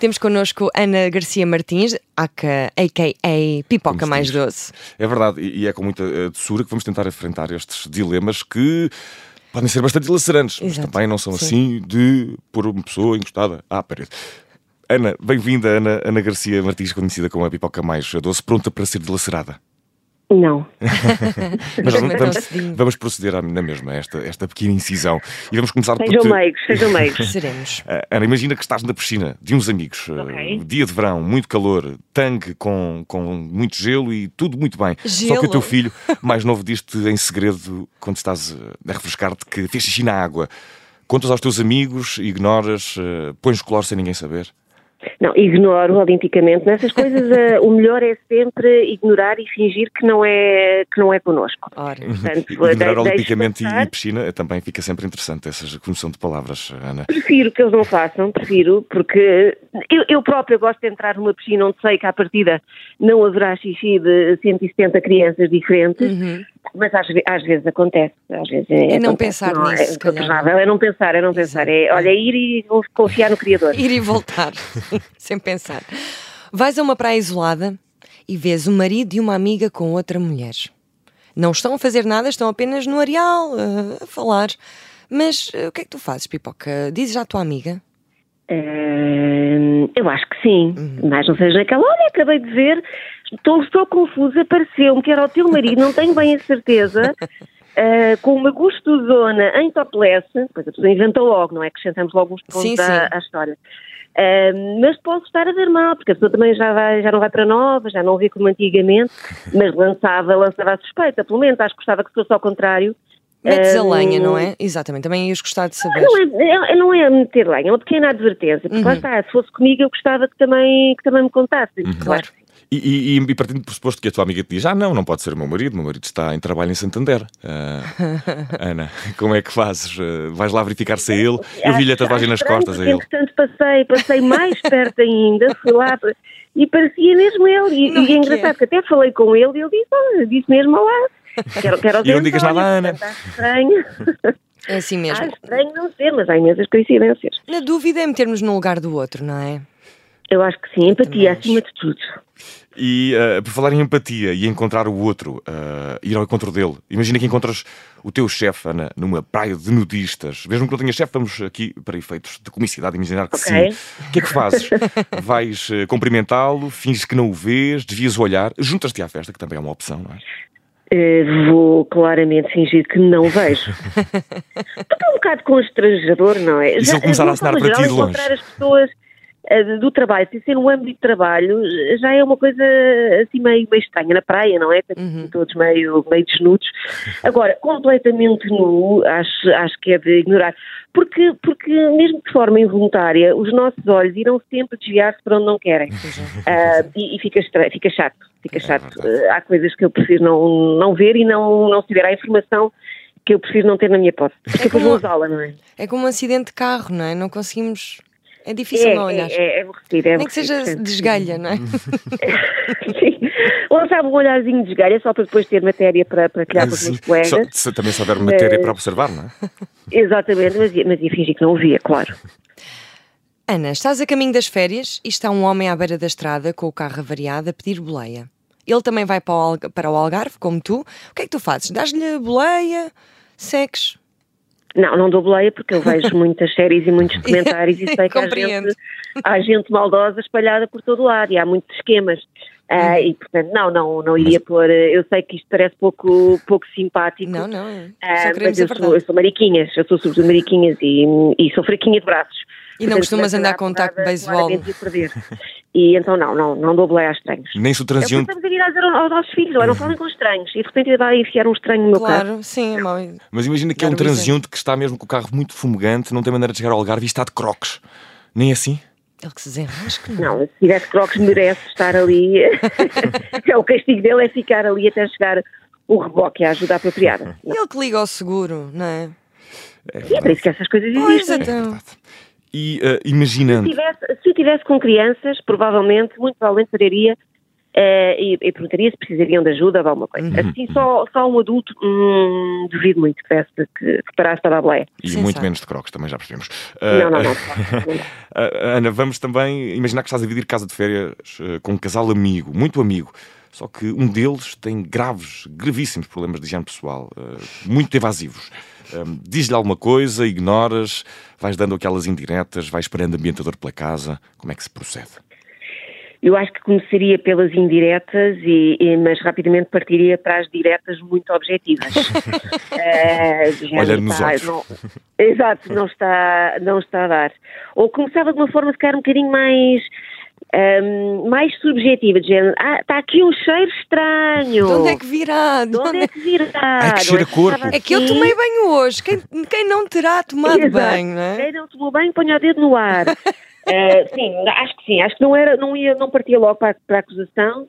Temos connosco Ana Garcia Martins, aka, a.k.a. Pipoca Como se Mais diz. Doce. É verdade, e e é com muita eh, doçura que vamos tentar enfrentar estes dilemas que podem ser bastante lacerantes, mas Exato, também não são sim. assim de pôr uma pessoa encostada à parede. Ana, bem-vinda, Ana, Ana Garcia Martins, conhecida como a pipoca mais doce, pronta para ser dilacerada. Não. É Mas Mas vamos, docinho. vamos proceder à- na mesma, esta, esta pequena incisão. E vamos começar por. Sejam te- leigos, sejam leigos. Seremos. Ah, Ana, imagina que estás na piscina de uns amigos, Ok. eh, dia de verão, muito calor, tanque com, com muito gelo e tudo muito bem. Só que o Gelo? teu filho, mais novo, diz-te em segredo, quando estás eh, a refrescar-te, que fez xixi na água. Contas aos teus amigos, ignoras, eh, pões color sem ninguém saber. Não, ignoro olimpicamente. Nessas coisas, eh, o melhor é sempre ignorar e fingir que não é, que não é connosco. Ora. Portanto, eh, Ignorar de- olipicamente deixo e, e passar. piscina eh, também fica sempre interessante, essa conjunção de palavras, Ana. Prefiro que eles não façam, prefiro, porque eu, eu própria gosto de entrar numa piscina onde sei que à partida não haverá xixi de 170 crianças diferentes, mas às, ve- às vezes acontece. Às vezes é, É Uhum. não acontece, pensar não é? nisso, se É, calhar. incontornável, é não pensar, é não pensar. É, olha, ir e confiar no Criador. Ir e voltar, sem pensar. Vais a uma praia isolada e vês o marido de uma amiga com outra mulher. Não estão a fazer nada, estão apenas no areal eh, a falar. Mas eh, o que é que tu fazes, Pipoca? Dizes à tua amiga? Hum, eu acho que sim, Uhum. mas não seja naquela hora, acabei de ver, estou, estou confusa, pareceu-me que era o teu marido, não tenho bem a certeza, ah, com uma gostosona em topless, pois a pessoa inventou logo, não é? Acrescentamos logo uns pontos Sim, sim. À, à história. Ah, mas posso estar a ver mal, porque a pessoa também já, vai- já não vai para nova, já não vê como antigamente, mas lançava, lançava a suspeita, pelo menos, acho que gostava que fosse ao contrário. Metes a Hum, lenha, não é? Exatamente, também ias gostar de saber. não é, é- não é meter lenha, é uma pequena advertência. Porque Uhum. lá está, se fosse comigo eu gostava que também, que também me contassem. Claro. E, e, e- e partindo do pressuposto que a tua amiga te diz: Ah, não, não pode ser o meu marido, o meu marido está em trabalho em Santander. Ah, Ana, como é que fazes? Ah, vais lá verificar se é ele? Eu vi-lhe a tatuagem nas costas a aí. ele. Entretanto, passei, passei mais perto ainda, fui lá e parecia mesmo ele. E, Não e é é engraçado que até falei com ele e ele disse, olha, disse mesmo olá. Quero, quero E é não dizer, digas nada olha, à Ana. portanto, Acho estranho, É assim acho mesmo. estranho não ser, mas há imensas coincidências. Na dúvida é metermos no lugar do outro, não é? Eu acho que sim, também empatia acho. acima de tudo. E ah, por falar em empatia e encontrar o outro, ah, ir ao encontro dele. Imagina que encontras o teu chefe, Ana, numa praia de nudistas. Mesmo que não tenhas chefe, vamos aqui para efeitos de comicidade, imaginar que Ok. sim. O que é que fazes? vais ah, cumprimentá-lo, finges que não o vês, desvias o olhar, juntas-te à festa, que também é uma opção, não é? Eh, vou claramente fingir que não vejo. Porque é um bocado constrangedor, não é? se ele começar de a uma assinar forma para ti geral, de longe? Encontrar as pessoas eh, do trabalho, se ser no âmbito de trabalho, já é uma coisa assim meio, meio estranha. Na praia, não é? Estamos Uhum. Todos meio, meio desnudos. Agora, completamente nu, acho, acho que é de ignorar. Porque, porque, mesmo de forma involuntária, os nossos olhos irão sempre desviar-se para onde não querem. é. Ah, e e fica, estra- fica chato, fica chato. É verdade. Ah, há coisas que eu prefiro não, não ver e não, não saber. Há informação que eu prefiro não ter na minha posse. Porque depois É como- vou usá-la, não é? É como um acidente de carro, não é? Não conseguimos. É difícil é, não olhar. É, é, é aborrecido, é Nem que aborrecido, seja portanto. desgalha, não é? Sim. Lançava um olharzinho de esgalha só para depois ter matéria para partilhar com os meus Ah, Sim. colegas. Eh, Só- se, também se houver matéria para observar, não é? Exatamente, mas ia, mas ia fingir que não o via, claro. Ana, estás a caminho das férias e está um homem à beira da estrada com o carro avariado a pedir boleia. Ele também vai para o, Alga- para o Algarve, como tu. O que é que tu fazes? Dás-lhe boleia? Segues? Não, não dou boleia porque eu vejo muitas séries e muitos comentários e sei que há Compreendo. gente, há gente maldosa espalhada por todo o lado e há muitos esquemas. Uhum. Ah, e portanto, não, não, não iria pôr. eh, Eu sei que isto parece pouco, pouco simpático. Não, não. é. ah, Só mas queremos a eu sou, eu verdade. sou mariquinhas, eu sou sobretudo mariquinhas e, e sou fraquinha de braços. E não Portanto, costumas nessa andar data com um taco de nada, beisebol. claramente ia perder. E então não, não, não dou boleia a estranhos. Nem se o É o que transeunte estamos a virar aos nossos filhos, olha, não falem com estranhos. E de repente vai enfiar um estranho no meu carro. Claro, sim, é mau. Mas imagina que é Dar um o exemplo. transeunte que está mesmo com o carro muito fumegante, não tem maneira de chegar ao Algarve e está de croques. Nem assim? Ele que se desenrasca. é? Não, se tivesse croques merece estar ali. é, o castigo dele é ficar ali até chegar o reboque a ajuda apropriada. Não. Ele que liga ao seguro, não é? E é para isso que essas coisas Pois, existem. Uhum. então. E ah, imaginando. Se tivesse, se tivesse com crianças, provavelmente, muito provavelmente faria eh, e, e perguntaria se precisariam de ajuda ou alguma coisa. Assim, só, só um adulto, hum, duvido muito que desse que, que parasse toda a boleia. E Sim, muito sabe. menos de crocs, também já percebemos. Eh, Não, não, não. Ah, Ana, vamos também imaginar que estás a dividir casa de férias eh, com um casal amigo, muito amigo. Só que um deles tem graves, gravíssimos problemas de higiene pessoal, eh, muito evasivos. Ahm, Diz-lhe alguma coisa, ignoras, vais dando aquelas indiretas, vais esperando ambientador pela casa. Como é que se procede? Eu acho que começaria pelas indiretas, e, e- mas rapidamente partiria para as diretas muito objetivas. Eh, do género, Olhar nos pá, olhos. não- exato, não está, não está a dar. Ou começava de uma forma, se calhar, um bocadinho mais, ehm, mais subjetiva, de género, ah, está aqui um cheiro estranho. De onde é que virá? De De onde é que virá? Ai, que Não cheiro a corpo. estava É que eu assim. tomei banho hoje. Quem, quem não terá tomado Exato. banho, não é? Quem não tomou banho, ponha o dedo no ar. Eh, sim, acho que sim. Acho que não, era, não, ia, não partia logo para, a- para a acusação.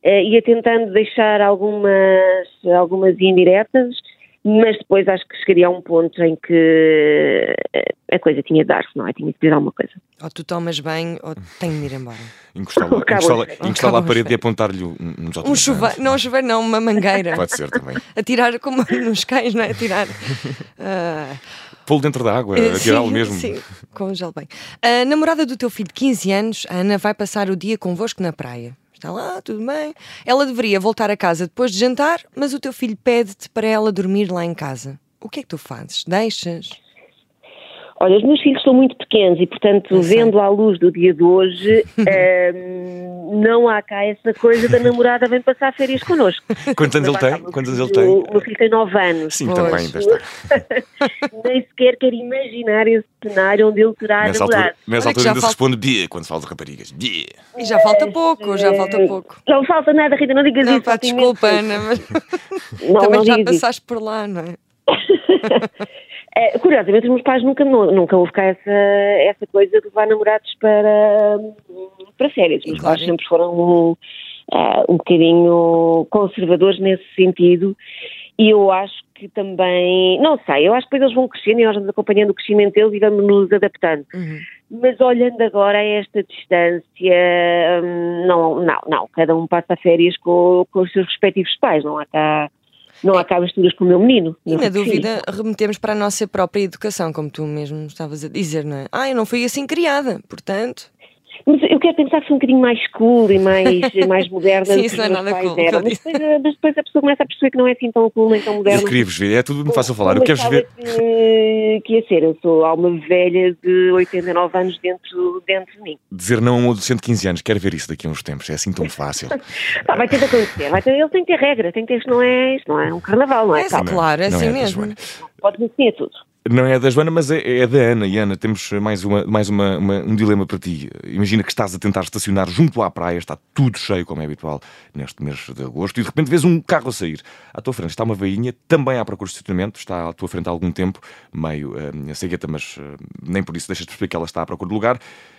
eh, ia tentando deixar algumas, algumas indiretas, mas depois acho que chegaria a um ponto em que eh, a coisa tinha de dar-se, não é? Tinha de dizer alguma coisa. Ou tu tomas banho ou tenho de ir embora. Encostá-lo Acabam as encostá-lo- férias. encostá-lo Acabam à as parede e férias. apontar-lhe um- uns Um autocarros. chuveiro, não é? um chuveiro, não, uma mangueira. Pode ser também. A tirar como nos cães, não é? A tirar. Ah, Pô-lo dentro da água, eh, atirá-lo sim, mesmo. Sim, com um gel bem. A namorada do teu filho de 15 anos, a Ana, vai passar o dia convosco na praia. Está lá, tudo bem. Ela deveria voltar a casa depois de jantar, mas o teu filho pede-te para ela dormir lá em casa. O que é que tu fazes? Deixas? Olha, os meus filhos são muito pequenos e, portanto, é. Eu sei. vendo à luz do dia de hoje, ehm, não há cá essa coisa da namorada vem passar férias connosco. Quantos anos ele Lá está, tem? o meu Quantos anos ele filho- O meu tem? filho tem 9 anos. Sim, Pois. também, ainda está. Nem sequer quero imaginar esse cenário onde ele Ah, terá Nessa namorado. altura, nessa Olha que altura já ainda se falta- responde bia quando se fala de raparigas. Bia. E já falta pouco, já falta pouco. Não falta nada, Rita, não digas Não, isso. pá, falta imenso. desculpa, Ana, mas Não, também não já digas isso. passaste por lá, não é? Eh, curiosamente, os meus pais nunca, nu- nunca houve cá essa, essa coisa de levar namorados para, para férias. Os meus Claro. pais sempre foram um, ah, um bocadinho conservadores nesse sentido. E eu acho que também, não sei, eu acho que depois eles vão crescendo e nós vamos acompanhando o crescimento deles e vamos nos adaptando. Uhum. Mas olhando agora a esta distância, hum, não, não, não, cada um passa férias com, com os seus respectivos pais, não há cá, não há cá misturas com o meu menino. E Não é na sei se- dúvida, remetemos para a nossa própria educação, como tu mesmo estavas a dizer, não é? Ah, eu não fui assim criada, portanto. Mas eu quero pensar que sou um bocadinho mais cool e mais, mais moderna Sim, do que isso os não é meus nada pais cool, eram. eu Mas disse. depois, a- mas depois a pessoa começa a perceber que não é assim tão cool nem tão Eu moderna. queria vos ver. É tudo muito fácil falar. Eu Como quero vos achava ver. Que, que ia ser, eu sou alma velha de 89 anos dentro, dentro de mim. Dizer não a um adolescente de 15 anos. Quero ver isso daqui a uns tempos. É assim tão fácil. Ah, Pá, vai ter de acontecer, vai ter, ele tem que ter regra, tem que ter, isto não é, isto não é um carnaval, não é? É, Calma, claro, é não assim da mesmo. Joana. pode conhecer tudo. Não é da Joana, mas é, é da Ana. E Ana, temos mais, uma, mais uma- uma- um dilema para ti. Imagina que estás a tentar estacionar junto à praia, está tudo cheio, como é habitual, neste mês de agosto, e de repente vês um carro a sair. À tua frente está uma veinha, também à procura de estacionamento, está à tua frente há algum tempo, meio eh, a cegueta, mas eh, nem por isso deixas de perceber que ela está à procura de lugar.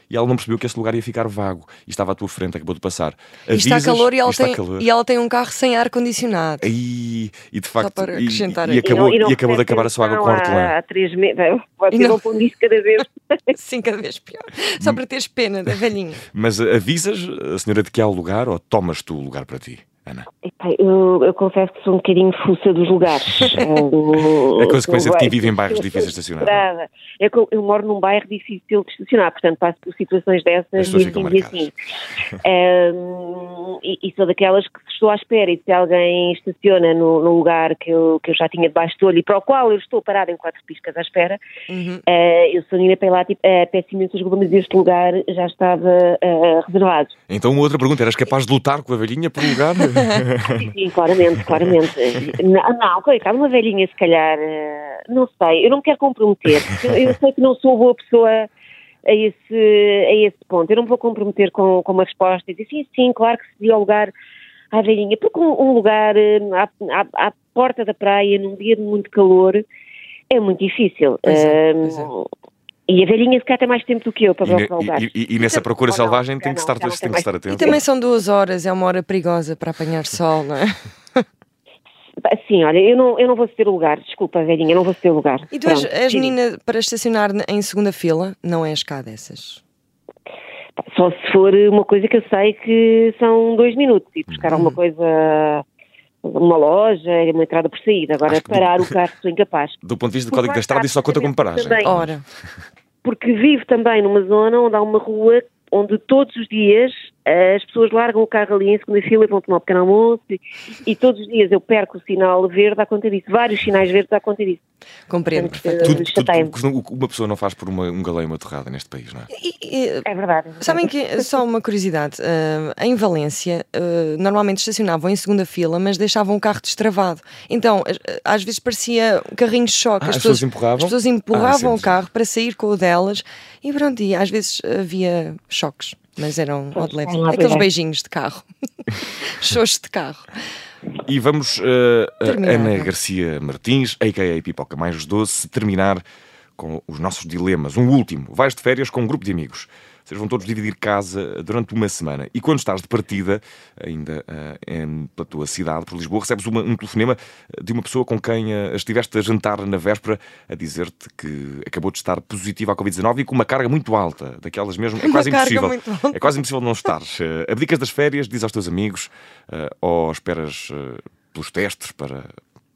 E ela não percebeu que esse lugar ia ficar vago. E estava à tua frente, acabou de passar. E está Avisas, calor e ela, está tem, calor. e ela tem um carro sem ar-condicionado. Aí, e de facto, para e, acrescentar e aqui. acabou, não- não e acabou de recebe acabar a sua água com atenção hortelã. Há, há três meses, vai E ter não- um pão disso cada vez. É. Sim, cada vez pior. Só Hum. para teres pena da velhinha. Mas eh, avisas a senhora de que há o lugar ou tomas tu o lugar para ti, Ana? Epá, eu, eu confesso que sou um bocadinho fuça dos lugares. É A É consequência de quem vive em bairros difíceis de estacionar. não é? Estrada. É que eu, eu moro num bairro difícil de estacionar, portanto passo por situações As dessas pessoas e ficam assim. e assim. Ahm, e, e sou daquelas que estou à espera e se alguém estaciona no, no lugar que eu, que eu já tinha debaixo do olho e para o qual eu estou parada em quatro piscas à espera, Uhum. ah, eu sou Nina Pelati, ah, peço imensas mas este lugar já estava ah, reservado. Então, uma outra pergunta: eras capaz de lutar com a velhinha por um lugar? Sim, sim, claramente, claramente. Não, não coitada, uma velhinha, se calhar, eh, não sei, eu não me quero comprometer. porque Eu, eu sei que não sou boa pessoa a esse, a esse ponto. Eu não me vou comprometer com, com uma resposta e dizer sim, sim, claro que se ao lugar à velhinha, porque um, um lugar eh, à, à- à porta da praia, num dia de muito calor, é muito difícil. Pois é, pois é. Ahm, E a velhinha, se calhar, tem mais tempo do que eu para E, ne- procurar o lugar. e- e- e nessa procura Então, Ou não, selvagem já tem que não, estar, já não tem que tem estar E atento. também são duas horas, é uma hora perigosa para apanhar sol, não é? Pá, Sim, olha, eu não, eu não vou ceder o lugar, desculpa, velhinha, eu não vou ceder o lugar. E tu és, Pronto, és decidi. é menina para estacionar em segunda fila, não és cá dessas. Só se for uma coisa que eu sei que são dois minutos e buscar Uhum. alguma coisa, uma loja, uma entrada por saída. Agora, Acho que- parar o carro, sou incapaz. Do ponto de vista do Porque Código lá da Estrada, está, isso só conta como paragem. também- Ora, Porque vivo também numa zona onde há uma rua onde todos os dias eh, as pessoas largam o carro ali em segunda fila e vão tomar um pequeno almoço e, e todos os dias eu perco o sinal verde à conta disso, vários sinais verdes à conta disso. compreendo Portanto, perfeitamente. Tudo, tudo Chateia-me. que não- o que uma pessoa não faz por uma, um galé e uma torrada neste país, não é? E- e, É verdade. é verdade. Sabem que, só uma curiosidade, ah, em Valência, ah, normalmente estacionavam em segunda fila, mas deixavam o carro destravado. Então, ah, às vezes parecia um carrinho de choque. Ah, as pessoas empurravam? as pessoas Ah, sim, empurravam o sim. carro para sair com o delas e pronto, e às vezes havia choques, mas eram Pois, ao de leve. não há Aqueles dúvida. beijinhos de carro, shows de carro. E vamos, eh, a Terminar, então. Ana não. Garcia Martins, a.k.a. Pipoca Mais Doce, terminar com os nossos dilemas. Um último. Vais de férias com um grupo de amigos. Vocês vão todos dividir casa durante uma semana. E quando estás de partida, ainda eh, em- pela tua cidade, por Lisboa, recebes uma- um telefonema de uma pessoa com quem eh, estiveste a jantar na véspera a dizer-te que acabou de estar positiva à Covid-19 e com uma carga muito alta. Daquelas mesmo. É Uma quase carga impossível. muito alta. É quase impossível não estares. Eh, Abdicas das férias, diz aos teus amigos, eh, ou esperas eh, pelos testes para.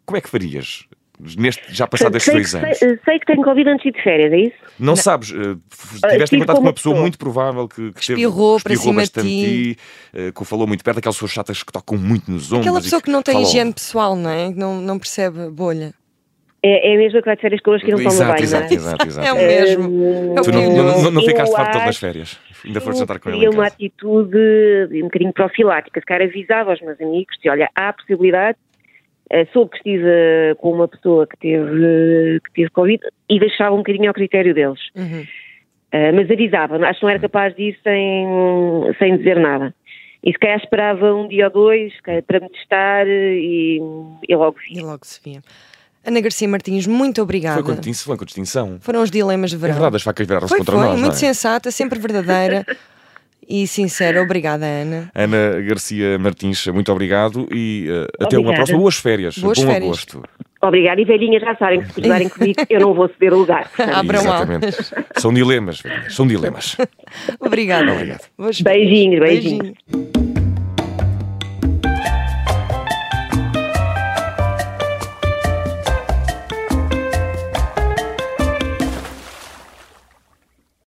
Como é que farias? Neste, já passado Portanto, estes sei, dois que, anos. sei, sei que tenho Covid antes de ir de férias, é isso? Não, sabes, eh, f- Ah, tiveste em contato tive com com uma uma pessoa pessoa. muito provável que, que teve- Espirrou para cima de bastante de ti, eh, que o falou muito perto, aquelas pessoas chatas que tocam muito nos ombros. Aquela e pessoa que não tem falam- higiene pessoal, não é? Que não, não percebe a bolha. É, é a mesma que vai de férias connosco e não toma Exato, banho, não é? exato, exato, exato. É o mesmo. Hum, É o Ah, Tu não, mesmo. não, não, não Eu ficaste farto acho das férias. Ainda foste jantar com ele. Seria Em uma casa. atitude um bocadinho profilática. Se calhar avisava aos meus amigos que, olha, há a possibilidade, eh, soube que estive eh, com uma pessoa que teve, que teve Covid e deixava um bocadinho ao critério deles. Uhum. Eh, mas avisava, acho que não era capaz de ir sem, sem dizer nada. E se calhar esperava um dia ou dois se calhar, para me testar eh, e, e logo E vi. logo se via. Ana Garcia Martins, muito obrigada. Foi com distinção. Foi com distinção. Foram os dilemas de É verão. verdade, as facas viraram-se Foi, contra foi, nós. não muito é? sensata, sempre verdadeira e sincera. Obrigada, Ana. Ana Garcia Martins, muito obrigado e eh, até uma Obrigada. próxima. Boas férias. Boas Bom férias. agosto. Obrigada. E velhinhas já sabem que se cruzarem comigo, eu não vou ceder o lugar. portanto. Abram lá. Exatamente. São dilemas, velhinhas, são dilemas. Obrigada. Ana. Obrigado. Boas férias. Beijinhos, beijinhos.